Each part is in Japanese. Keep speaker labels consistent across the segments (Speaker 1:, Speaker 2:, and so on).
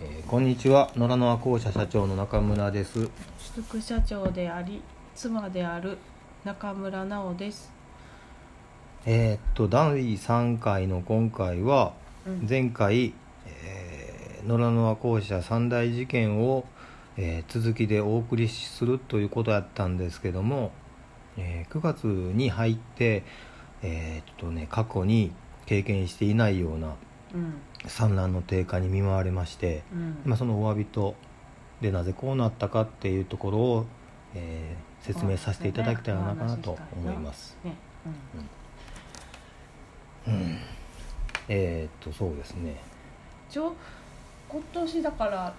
Speaker 1: えーこんにちは野良の和光社社長の中村です
Speaker 2: 副社長であり妻である中村直です、
Speaker 1: えーっと第3回の今回は
Speaker 2: うん
Speaker 1: 前回、えー野良の和光社三大事件を、えー続きでお送りするということやったんですけども、え9月に入って、えーちょっとね過去に経験していないような
Speaker 2: うん
Speaker 1: 産卵の低下に見舞われまして、
Speaker 2: うん
Speaker 1: まあ、そのお詫びとでなぜこうなったかっていうところを、えー説明させていただきたいなかなと思います。
Speaker 2: ねうん
Speaker 1: うんえーっとそうですね。
Speaker 2: ちょ今年だから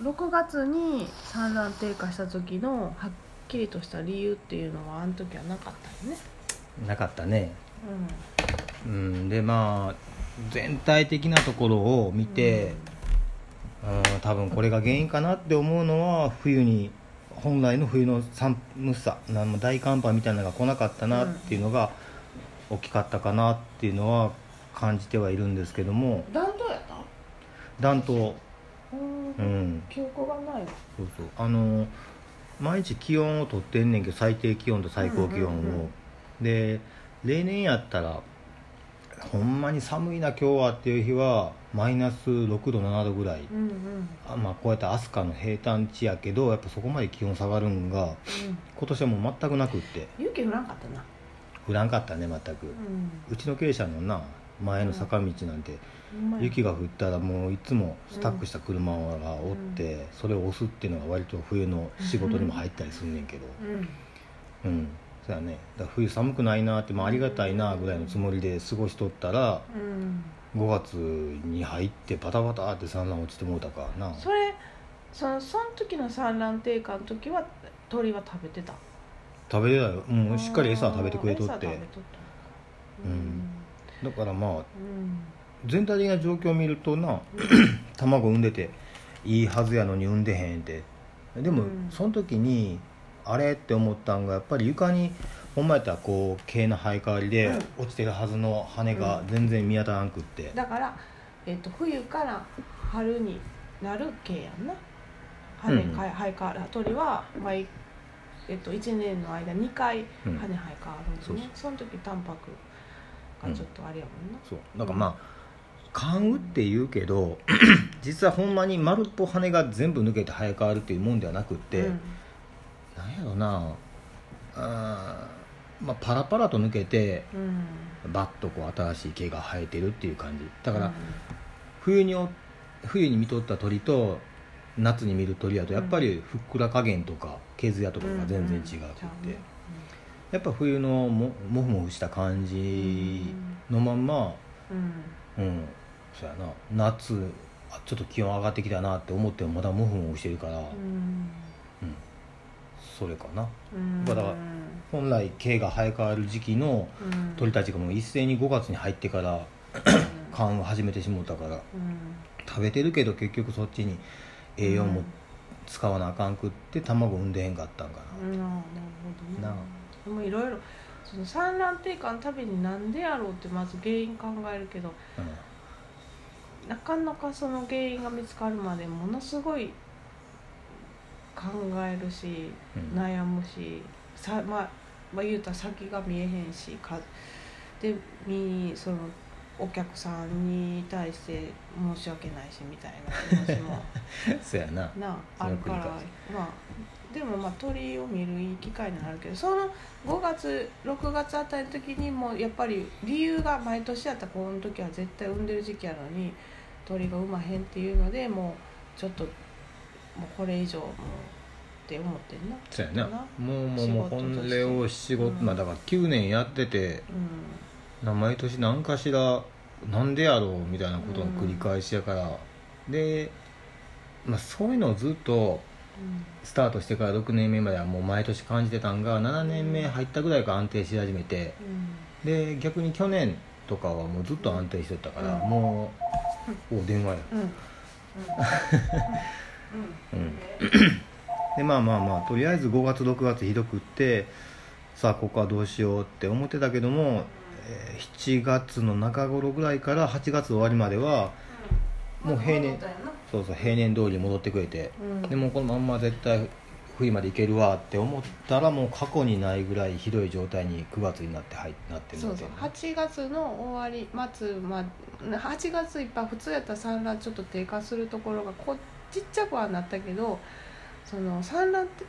Speaker 2: 6月に産卵低下した時のはっきりとした理由っていうのはあの時はなかったよね
Speaker 1: なかったね。うん、でまあ全体的なところを
Speaker 2: うん
Speaker 1: 見て、うん、多分これが原因かなって思うのは冬に本来の冬の寒さなん大寒波みたいなのが来なかったなっていうのが大きかったかなっていうのは感じてはいるんですけども
Speaker 2: 暖冬やった
Speaker 1: 暖冬、う
Speaker 2: うん
Speaker 1: ん、
Speaker 2: 記憶がないわ
Speaker 1: そうそうあの毎日気温をとってんねんけど最低気温と最高気温を、
Speaker 2: うんうん
Speaker 1: で例年やったらほんまに寒いな今日はっていう日はマイナス6度7度ぐらい、
Speaker 2: うんうん
Speaker 1: あまあこうやって飛鳥の平坦地やけどやっぱそこまで気温下がるんが
Speaker 2: うん
Speaker 1: 今年はもう全くなくって
Speaker 2: 勇気振らんかったな
Speaker 1: 降らんかったね全く、
Speaker 2: うん
Speaker 1: うちの経営者のな前の坂道なんて、
Speaker 2: ほんまや
Speaker 1: 雪が降ったらもういつもスタックした車がおって、それを押すっていうのが割と冬の仕事にも入ったりすんねんけど
Speaker 2: うん
Speaker 1: うん、そうやねだから冬寒くないなって、まあ、ありがたいなぐらいのつもりで過ごしとったら
Speaker 2: うん
Speaker 1: 5月に入ってバタバタって産卵落ちてもうたからな
Speaker 2: それそのその時の産卵低下の時は鳥は食べてた
Speaker 1: 食べれないよ、うん、しっかり餌は食べてくれとっ
Speaker 2: あー餌
Speaker 1: て
Speaker 2: は食べとったうん
Speaker 1: だからまあ
Speaker 2: うん
Speaker 1: 全体的な状況を見ると な卵産んでていいはずやのに産んでへんってでも、
Speaker 2: うん
Speaker 1: その時にあれって思ったんがやっぱり床にほんまやったらこう軽な生え変わりで落ちてるはずの羽が全然見当たらんくって、
Speaker 2: だから、えっと冬から春になる系やんな羽
Speaker 1: うん
Speaker 2: か生え変わる鳥は毎、えっと、1年の間2回
Speaker 1: う
Speaker 2: 羽
Speaker 1: ん
Speaker 2: 生え変わるんでね、
Speaker 1: そうそう
Speaker 2: その時タンパクがちょっとあれやもんな、
Speaker 1: そうなんかまあ勘打って言うけど 実はほんまに丸っぽ羽が全部抜けて生え変わるっていうもんではなくって、
Speaker 2: うん
Speaker 1: なんやろなあー、まあ、パラパラと抜けて
Speaker 2: うん、
Speaker 1: バッとこう新しい毛が生えてるっていう感じだから、
Speaker 2: うん
Speaker 1: 冬にお冬に見とった鳥と夏に見る鳥やとやっぱりふっくら加減とか毛艶とかが全然違うくって、
Speaker 2: うん
Speaker 1: やっぱ冬のももふもふした感じのまんま
Speaker 2: うんう
Speaker 1: う
Speaker 2: ん
Speaker 1: んそうやな夏あちょっと気温上がってきたなって思ってもまだもふもふしてるから、それかな
Speaker 2: うん
Speaker 1: だから本来毛が生え変わる時期の
Speaker 2: うん
Speaker 1: 鳥たちがもう一斉に5月に入ってから
Speaker 2: うん
Speaker 1: 勘を始めてしもうたから
Speaker 2: うん
Speaker 1: 食べてるけど結局そっちに栄養も使わなあかんくって卵産んでへんかったんか
Speaker 2: うんなあなるほどね
Speaker 1: なあ
Speaker 2: でもいろいろその産卵低下のたびになんでやろうってまず原因考えるけど
Speaker 1: な、うん
Speaker 2: なかなかその原因が見つかるまでものすごい考えるし
Speaker 1: うん
Speaker 2: 悩むしさ、まあ、まあ言うたら先が見えへんしかでみそのお客さんに対して申し訳ないしみたいな気持ちも。
Speaker 1: そやな
Speaker 2: な
Speaker 1: そ
Speaker 2: あ
Speaker 1: れを
Speaker 2: るから
Speaker 1: 繰り返
Speaker 2: まあでもまあ鳥を見るいい機会になるけどその5月6月あたりの時にもやっぱり理由が毎年やったらこの時は絶対産んでる時期やのに鳥が産まへんっていうのでもうちょっともうこれ以上もうって思ってんな
Speaker 1: そやな
Speaker 2: か
Speaker 1: もうもうもう
Speaker 2: 仕事として
Speaker 1: 本れを仕事、
Speaker 2: うん
Speaker 1: まあだから9年やってて
Speaker 2: う
Speaker 1: な毎年何かしらなんでやろうみたいなことの繰り返しやから、で、まあ、そういうのをずっと
Speaker 2: ん
Speaker 1: スタートしてから6年目まではもう毎年感じてたんが7年目入ったぐらいから安定し始めて
Speaker 2: うんうん
Speaker 1: で逆に去年とかはもうずっと安定してたから、
Speaker 2: うん
Speaker 1: もうお電話や
Speaker 2: うんうん
Speaker 1: うんでまあまあまあとりあえず5月6月ひどくってさあここはどうしようって思ってたけども、えー7月の中頃ぐらいから8月終わりまではもう平年
Speaker 2: まだ戻ったんや
Speaker 1: そうそう平年通りに戻ってくれて、
Speaker 2: うん
Speaker 1: でもうこのまんま絶対冬までいけるわって思ったらもう過去にないぐらいひどい状態に9月になって入なってる
Speaker 2: なそ
Speaker 1: の
Speaker 2: う
Speaker 1: で
Speaker 2: そう8月の終わり末まあ8月いっぱい普通やったら産卵ちょっと低下するところがこちっちゃくはなったけどその産卵って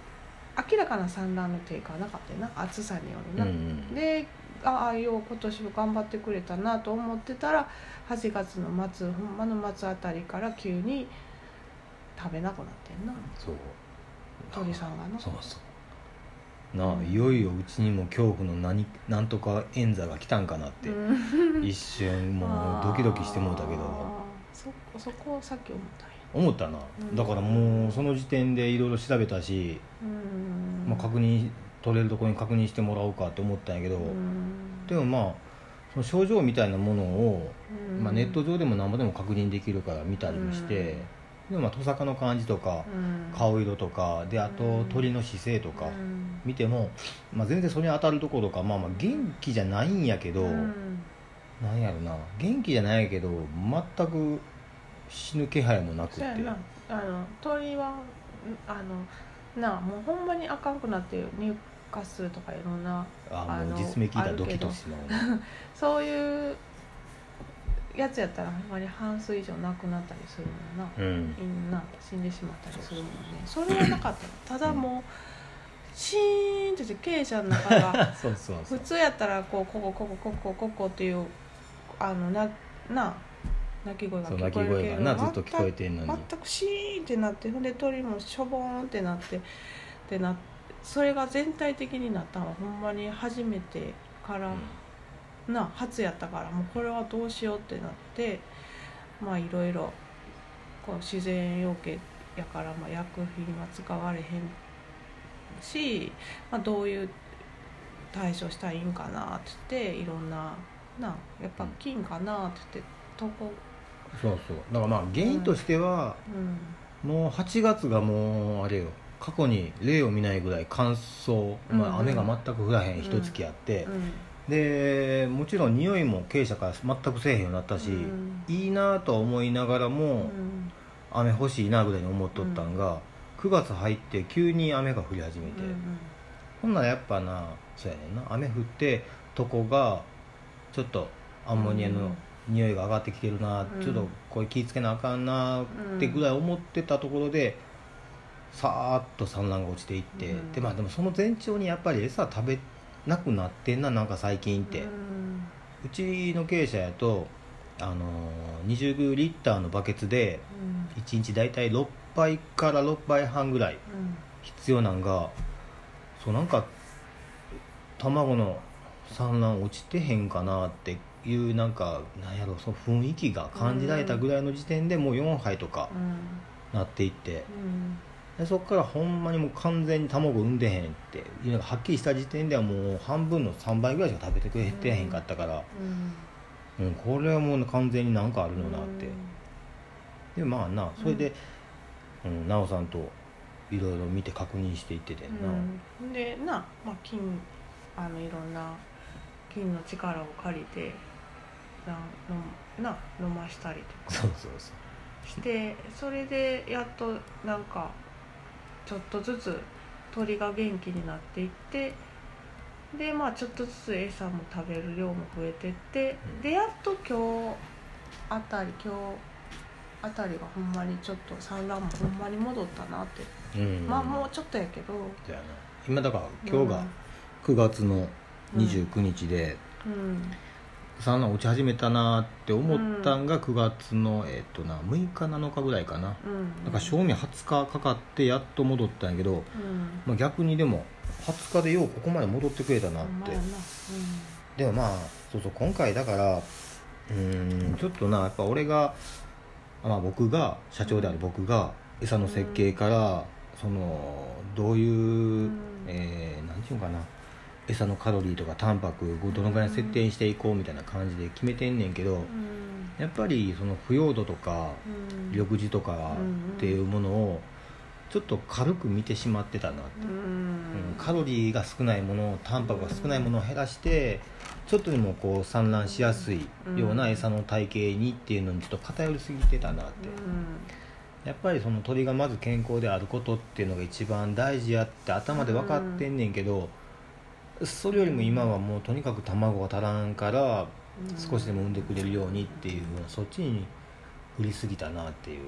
Speaker 2: 明らかな産卵の低下はなかったよな暑さによる
Speaker 1: うん
Speaker 2: な、
Speaker 1: うん
Speaker 2: でああよう今年も頑張ってくれたなと思ってたら8月の末ほんまの末あたりから急に食べなくなってんな
Speaker 1: そう
Speaker 2: 鳥さんがな
Speaker 1: そうそうなあ、
Speaker 2: うん
Speaker 1: いよいようちにも恐怖の何なんとか円座が来たんかなって、
Speaker 2: うん
Speaker 1: 一瞬もうドキドキしてもうたけ
Speaker 2: あ
Speaker 1: ど
Speaker 2: ーそそこをさっき思ったんや
Speaker 1: 思ったな、
Speaker 2: うん
Speaker 1: だからもうその時点でいろいろ調べたし、
Speaker 2: うん
Speaker 1: まあ、確認取れるところに確認してもらおうかって思ったんやけど、
Speaker 2: うん
Speaker 1: でもまあその症状みたいなものを、
Speaker 2: うん
Speaker 1: まあ、ネット上でも何ぼでも確認できるから見たりもして、でもまあトサカの感じとか、
Speaker 2: うん
Speaker 1: 顔色とかであ
Speaker 2: う
Speaker 1: と
Speaker 2: ん
Speaker 1: 鳥の姿勢とか、
Speaker 2: うん
Speaker 1: 見ても、まあ、全然それに当たるところとか、まあ、まあ元気じゃないんやけど、
Speaker 2: うん
Speaker 1: なんやろな元気じゃないけど全く死ぬ気配もなくっ
Speaker 2: そ
Speaker 1: て
Speaker 2: うやなあの鳥はんあのなあもうほんまにあかんくなって入荷するとかいろんな
Speaker 1: あ
Speaker 2: あ
Speaker 1: もう
Speaker 2: の
Speaker 1: 実名聞いた
Speaker 2: あ
Speaker 1: ら
Speaker 2: るけ
Speaker 1: ド
Speaker 2: ど
Speaker 1: キドキしな
Speaker 2: そういうやつやったらほんまに半数以上なくなったりするもんな、
Speaker 1: うん
Speaker 2: みんな死んでしまったりするもんねそれはなかったのただもう、 シーンってして経営者の中が
Speaker 1: そうそうそ
Speaker 2: 普
Speaker 1: う
Speaker 2: 通やったらこうここここここここっていうあのなな鳴き声が
Speaker 1: そう
Speaker 2: 聞
Speaker 1: 鳴き
Speaker 2: こえる
Speaker 1: 声
Speaker 2: け
Speaker 1: が
Speaker 2: ど
Speaker 1: なずっと聞こえてんのに
Speaker 2: 全く全くシーンってなってほんで鳥もしょぼーんってなってってなそれが全体的になったのはほんまに初めてから、な初やったからもうこれはどうしようってなってまあいろいろこう自然養鶏やからまあ薬品は使われへんし、まあ、どういう対処したらいいんかなって言っていろんななやっぱ菌かなって言ってとこ
Speaker 1: そうそうだからまあ原因としては、
Speaker 2: うん
Speaker 1: もう8月がもうあれよ過去に例を見ないぐらい乾燥、まあ、
Speaker 2: うん
Speaker 1: 雨
Speaker 2: うん
Speaker 1: が全く降らへん一月あって、
Speaker 2: うん
Speaker 1: でもちろん匂いも経営者から全くせえへんようになったし、
Speaker 2: うん
Speaker 1: いいなとは思いながら
Speaker 2: う
Speaker 1: も、
Speaker 2: ん
Speaker 1: 雨欲しいなぐらいに思っとったんが、9月入って急に雨が降り始めて、
Speaker 2: うん
Speaker 1: ほんならやっぱなそうやねんな雨降ってとこがちょっとアンモニア
Speaker 2: う
Speaker 1: の
Speaker 2: ん
Speaker 1: 匂いが上がってきてるな、
Speaker 2: うん
Speaker 1: ちょっとこれ気ぃつけなあかんなってぐらい思ってたところで、さーっと産卵が落ちていって、
Speaker 2: うん
Speaker 1: でまあでもその前兆にやっぱり餌食べなくなってんななんか最近って、う
Speaker 2: うん
Speaker 1: ちの経営者やとあのー20リッターのバケツで
Speaker 2: うん
Speaker 1: 1日大体6杯から6杯半ぐらい
Speaker 2: うん
Speaker 1: 必要なんがそうなんか卵の産卵落ちてへんかなっていうなんかなんやろその雰囲気が感じられたぐらいの時点でもう4杯とか
Speaker 2: うん
Speaker 1: なっていって
Speaker 2: うん
Speaker 1: でそっからほんまにもう完全に卵産んでへんっていうのがはっきりした時点ではもう半分の3倍ぐらいしか食べてくれてへんかったから、
Speaker 2: うん
Speaker 1: うん、これはもう完全になんかあるのなって。でまあなそれで、うん、奈緒さんといろいろ見て確認していっててんな、
Speaker 2: うん、でな、まあ、金あのいろんな金の力を借りてな飲な飲ましたりと
Speaker 1: そうそうそう
Speaker 2: かしてそれでやっとなんかちょっとずつ鳥が元気になっていってでまあちょっとずつ餌も食べる量も増えてって
Speaker 1: うん
Speaker 2: でやっと今日あたり今日あたりがほんまにちょっと産卵もほんまに戻ったなって、
Speaker 1: うん
Speaker 2: まあもうちょっとやけど
Speaker 1: じゃあな今だから今日が9月の29日で、
Speaker 2: うん
Speaker 1: 産卵落ち始めたなって思ったんが9月の、えっとな6日7日ぐらいかな
Speaker 2: うん、
Speaker 1: だから正味20日かかってやっと戻ったんやけど、
Speaker 2: うん
Speaker 1: まあ、逆にでも20日でようここまで戻ってくれたなっ
Speaker 2: ほんま
Speaker 1: て
Speaker 2: やな
Speaker 1: でもまあそうそう今回だからうーんちょっとなやっぱ俺が、まあ、僕が社長である僕が餌の設計から、そのどういう、
Speaker 2: ん
Speaker 1: えーなんていうんかな餌のカロリーとかタンパクをどのぐらい設定にしていこうみたいな感じで決めてんねんけど、
Speaker 2: うん
Speaker 1: やっぱりその腐葉土とか
Speaker 2: うん
Speaker 1: 緑地とかっていうものをちょっと軽く見てしまってたなって
Speaker 2: うん
Speaker 1: うんカロリーが少ないものタンパクが少ないものを減らしてちょっとでもこう産卵しやすいよう
Speaker 2: う
Speaker 1: なん餌の体系にっていうのにちょっと偏りすぎてたなって、やっぱりその鳥がまず健康であることっていうのが一番大事やって頭で分かってんねんけど、それよりも今はもうとにかく卵が足らんから少しでも産んでくれるようにっていうそっちに振りすぎたなっていう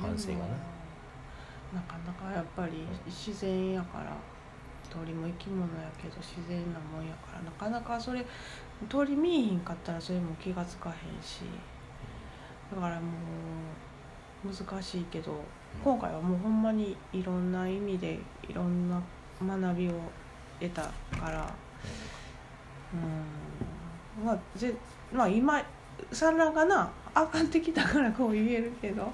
Speaker 1: 反省がね、
Speaker 2: なかなかやっぱり自然やから鳥も生き物やけど自然なもんやからなかなかそれ鳥見えへんかったらそれも気がつかへんしだからもう難しいけど今回はもうほんまにいろんな意味でいろんな学びを得たからうんまあぜまあ今産卵がな上がってきたからこう言えるけど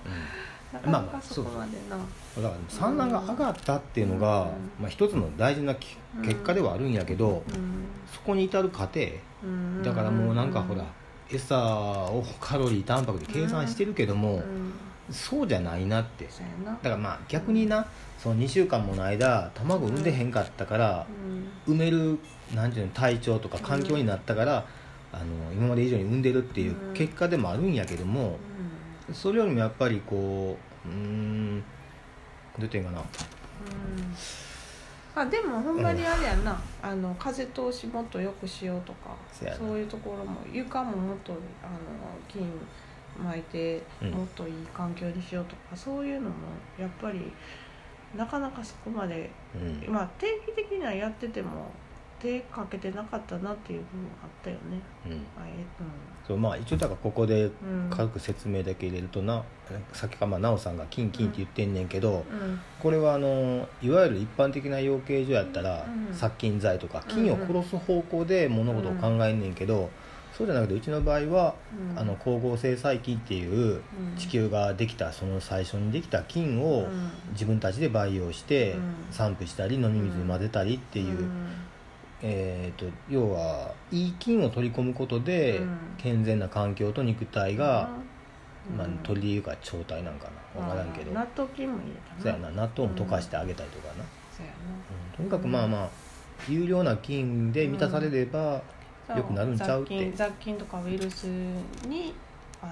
Speaker 2: なかな
Speaker 1: まあま
Speaker 2: か
Speaker 1: あ
Speaker 2: そこまでな、
Speaker 1: だから産卵が上がったっていうのが、
Speaker 2: うん
Speaker 1: まあ、一つの大事なき
Speaker 2: うん
Speaker 1: 結果ではあるんやけど、
Speaker 2: うん
Speaker 1: そこに至る過程
Speaker 2: うん
Speaker 1: だからもうなんかほら、餌をカロリータンパクで計算してるけども、
Speaker 2: うん
Speaker 1: そうじゃないなって
Speaker 2: そうやな
Speaker 1: だからまあ逆になその2週間もの間卵産んでへんかったから、
Speaker 2: うん
Speaker 1: 埋めるなんていうの体調とか環境になったから、あの今まで以上に産んでるっていう結果でもあるんやけども、それよりもやっぱりこううーんどうていうかな
Speaker 2: うんあでもほんまにあれやんな、あの風通しもっと良くしようとか
Speaker 1: そうやな
Speaker 2: そういうところも床ももっとあの金巻いて
Speaker 1: うん
Speaker 2: もっといい環境にしようとか、そういうのもやっぱりなかなかそこまで
Speaker 1: うん
Speaker 2: まあ定期的にはやってても手かけてなかったなっていう部分あったよね
Speaker 1: うん
Speaker 2: あえ
Speaker 1: そうまあ一応だからここで
Speaker 2: うんうん
Speaker 1: 軽く説明だけ入れるとなさっきからまあ奈緒さんが「キンキン」って言ってんねんけど、
Speaker 2: うん
Speaker 1: これはあのいわゆる一般的な養鶏場やったら、
Speaker 2: うん
Speaker 1: 殺菌剤とか
Speaker 2: うん
Speaker 1: 菌を殺す方向で物事を考えんねんけど、そうじゃなくてうちの場合は、
Speaker 2: うん
Speaker 1: あの光合成細菌っていう
Speaker 2: うん
Speaker 1: 地球ができたその最初にできた菌を
Speaker 2: うん
Speaker 1: 自分たちで培養して
Speaker 2: うん
Speaker 1: 散布したり飲み水に混ぜたりっていう、
Speaker 2: ん
Speaker 1: えー、と要はいい菌を取り込むことで、
Speaker 2: うん
Speaker 1: 健全な環境と肉体が、
Speaker 2: うん
Speaker 1: まあ、鳥でいうか腸体なんかな分からんけど、
Speaker 2: まあ納豆菌も入れたな
Speaker 1: そうやな納豆も溶かしてあげたりとかな、
Speaker 2: そうや
Speaker 1: うんとにかくまあまあ有料な菌で満たされれば、
Speaker 2: な
Speaker 1: よくなるんちゃうって
Speaker 2: 雑菌雑菌とかウイルスにあ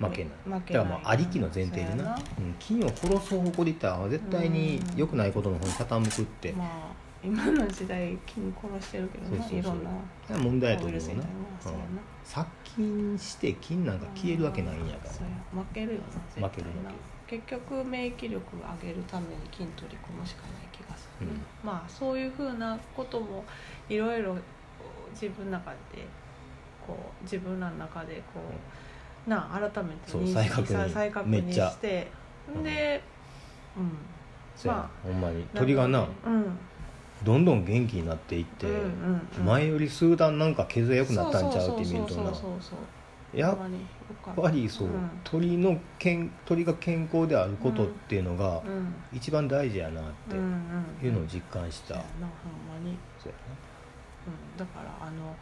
Speaker 2: の
Speaker 1: 負けない
Speaker 2: 負け
Speaker 1: だ
Speaker 2: な
Speaker 1: から
Speaker 2: い
Speaker 1: まあありきの前提で
Speaker 2: そうや
Speaker 1: な、うん、菌を殺す方向でいったら絶対に良くないことの方に傾くって、
Speaker 2: まあ今の時代菌殺してるけどな
Speaker 1: そうそう
Speaker 2: い
Speaker 1: そ
Speaker 2: ろ
Speaker 1: うん
Speaker 2: な
Speaker 1: 問題やと
Speaker 2: ウ
Speaker 1: 思
Speaker 2: イ
Speaker 1: う
Speaker 2: ルス
Speaker 1: よ
Speaker 2: み
Speaker 1: な
Speaker 2: たいなそうやな
Speaker 1: 殺菌して菌なんか消えるわけないんやか
Speaker 2: そう
Speaker 1: ら
Speaker 2: 負けるよな
Speaker 1: 負ける
Speaker 2: 絶対な結局免疫力を上げるために筋取り込むしかない気がするね、まあそういうふうなこともいろいろ自分の中でこう自分らの中でこう、なあ改めて
Speaker 1: そう
Speaker 2: 認
Speaker 1: 再確
Speaker 2: 識
Speaker 1: 認
Speaker 2: さ再確
Speaker 1: めっ
Speaker 2: 認
Speaker 1: ちゃ
Speaker 2: して
Speaker 1: うん
Speaker 2: でうん、
Speaker 1: そうやな
Speaker 2: ま
Speaker 1: ほんまに鳥がな
Speaker 2: うん
Speaker 1: どんどん元気になっていって、
Speaker 2: うんうんうん、
Speaker 1: 前より数段なんか傷が良くなったんちゃうって見ると
Speaker 2: そうそう
Speaker 1: な
Speaker 2: そうそう
Speaker 1: やっ
Speaker 2: ほんまによか
Speaker 1: ぱりそう、
Speaker 2: うん
Speaker 1: 鳥のけん鳥が健康であることっていうのが
Speaker 2: うん
Speaker 1: 一番大事やなっ
Speaker 2: うん
Speaker 1: ていうのを実感した、
Speaker 2: そうやなほんまに
Speaker 1: そうやな
Speaker 2: うん、だからあの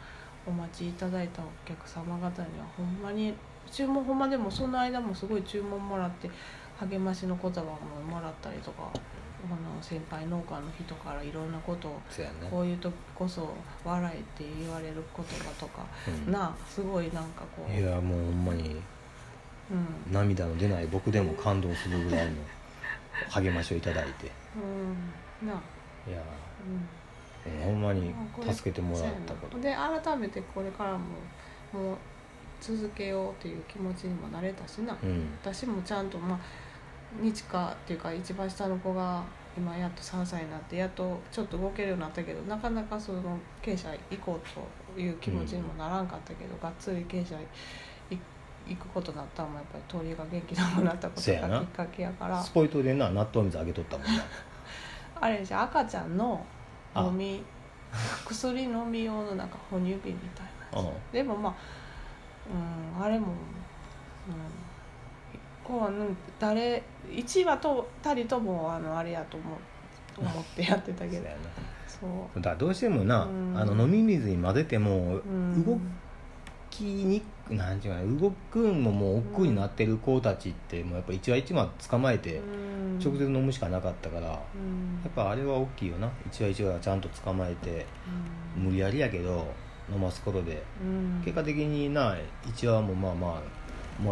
Speaker 2: お待ちいただいたお客様方にはほんまに注文ほんまでもその間もすごい注文もらって励ましの言葉ももらったりとかあの先輩農家の人からいろんなことを
Speaker 1: そうやね
Speaker 2: こういう時こそ笑えって言われる言葉とか
Speaker 1: うん
Speaker 2: なあすごいなんかこう、
Speaker 1: いやもうほんまに
Speaker 2: うん
Speaker 1: 涙の出ない僕でも感動するぐらいの 励ましをいただいて
Speaker 2: うん、なあ、
Speaker 1: いや
Speaker 2: うん
Speaker 1: ほんまに助けてもらったこと
Speaker 2: で改めてこれからももう続けようっていう気持ちにもなれたしな、
Speaker 1: うん
Speaker 2: 私もちゃんとまあ日かっていうか一番下の子が今やっと3歳になってやっとちょっと動けるようになったけどなかなかその経営者行こうという気持ちにもならんかったけど、がっつり経営者い行くことになったのもやっぱり鳥が元気なくなったこと
Speaker 1: せやな
Speaker 2: がきっかけやから
Speaker 1: スポイトでな納豆水あげとったもんな
Speaker 2: あれじゃ赤ちゃんの
Speaker 1: あ
Speaker 2: 飲み薬飲み用のなんか哺乳瓶みたいなやつ
Speaker 1: うん
Speaker 2: でもまあうんあれも、うん、こううん誰1話とたりともあのあれやと思う思ってやってた
Speaker 1: そう
Speaker 2: け
Speaker 1: や
Speaker 2: ど
Speaker 1: な
Speaker 2: そう、
Speaker 1: だからどうしてもな、
Speaker 2: うん
Speaker 1: あの飲み水に混ぜても
Speaker 2: うん、
Speaker 1: 動きにくなんていうかな動くんももう億劫になってる子たちってもうやっぱ一話一話捕まえて
Speaker 2: うん
Speaker 1: 直接飲むしかなかったからや
Speaker 2: うん
Speaker 1: っぱあれは大きいよな一話一話ちゃんと捕まえて
Speaker 2: うん
Speaker 1: 無理やりやけど飲ますことで
Speaker 2: うん
Speaker 1: 結果的にな1話もまあま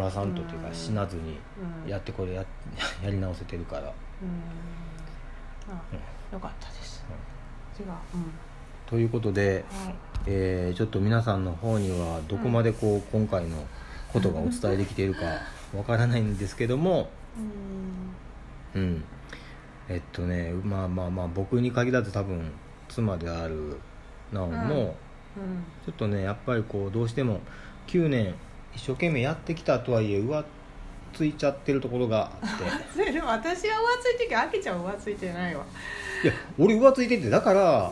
Speaker 1: あ漏らさんとという
Speaker 2: う
Speaker 1: か
Speaker 2: ん
Speaker 1: 死なずに
Speaker 2: うん
Speaker 1: やってこれややり直せてるから
Speaker 2: うんあよかったです違ううん
Speaker 1: ということで、
Speaker 2: はい
Speaker 1: えーちょっと皆さんの方にはどこまでこう、今回のことがお伝えできているかわからないんですけども
Speaker 2: うん
Speaker 1: うんえっとねまあまあまあ僕に限らず多分妻であるなおも、
Speaker 2: うんうん
Speaker 1: ちょっとねやっぱりこうどうしても9年一生懸命やってきたとはいえ浮ついちゃってるところがあ っ
Speaker 2: それでも私は浮ついてるけどあきちゃんは浮ついてないわ
Speaker 1: ていや俺浮ついててだから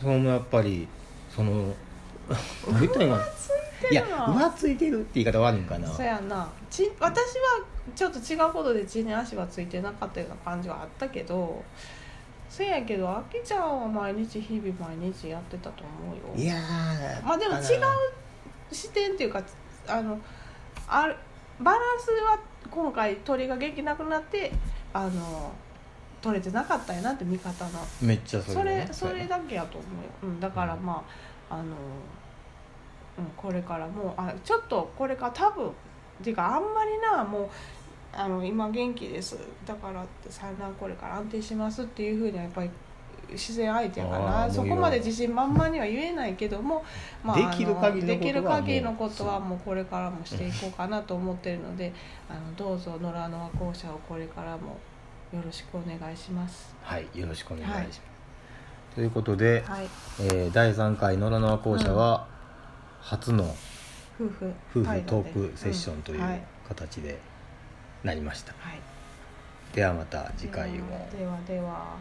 Speaker 1: そのやっぱりその 何言った らいいかな
Speaker 2: つい
Speaker 1: い
Speaker 2: て
Speaker 1: や
Speaker 2: るわ
Speaker 1: 浮ついてるって言い方悪いんかな
Speaker 2: そうやなち私はちょっと違うことで地に足はついてなかったような感じはあったけどせやけどあきちゃんは毎日日々毎日やってたと思うよ
Speaker 1: いやー
Speaker 2: まあでも違う視点っていうかあのあるバランスは今回鳥が元気なくなってあの取れてなかったんやなって見方の
Speaker 1: めっちゃそ
Speaker 2: そ
Speaker 1: れ,、
Speaker 2: れそれだけやと思うよ、うん、だからまああの、うん、これからもうあちょっとこれから多分っていうかあんまりなもうあの今元気ですだから産卵これから安定しますっていうふうにはやっぱり自然相手やか
Speaker 1: あー
Speaker 2: らそ
Speaker 1: もういろ
Speaker 2: こ
Speaker 1: いろ
Speaker 2: まで自信満々には言えないけども、まあ、
Speaker 1: できる限りのことは
Speaker 2: あのできる限りの
Speaker 1: もう
Speaker 2: ことはもうこれからもしていこうかなと思ってるのであのどうぞ野良の和光社をこれからもよろしくお願いします。
Speaker 1: はいよろしくお願いします、
Speaker 2: はい
Speaker 1: ということで、
Speaker 2: はい
Speaker 1: えー第3回野良の和校舎は、初の
Speaker 2: 夫婦
Speaker 1: 夫婦トークセッションとい
Speaker 2: んは
Speaker 1: う
Speaker 2: い
Speaker 1: 形でなりました、
Speaker 2: はい
Speaker 1: ではまた次回を
Speaker 2: ではでは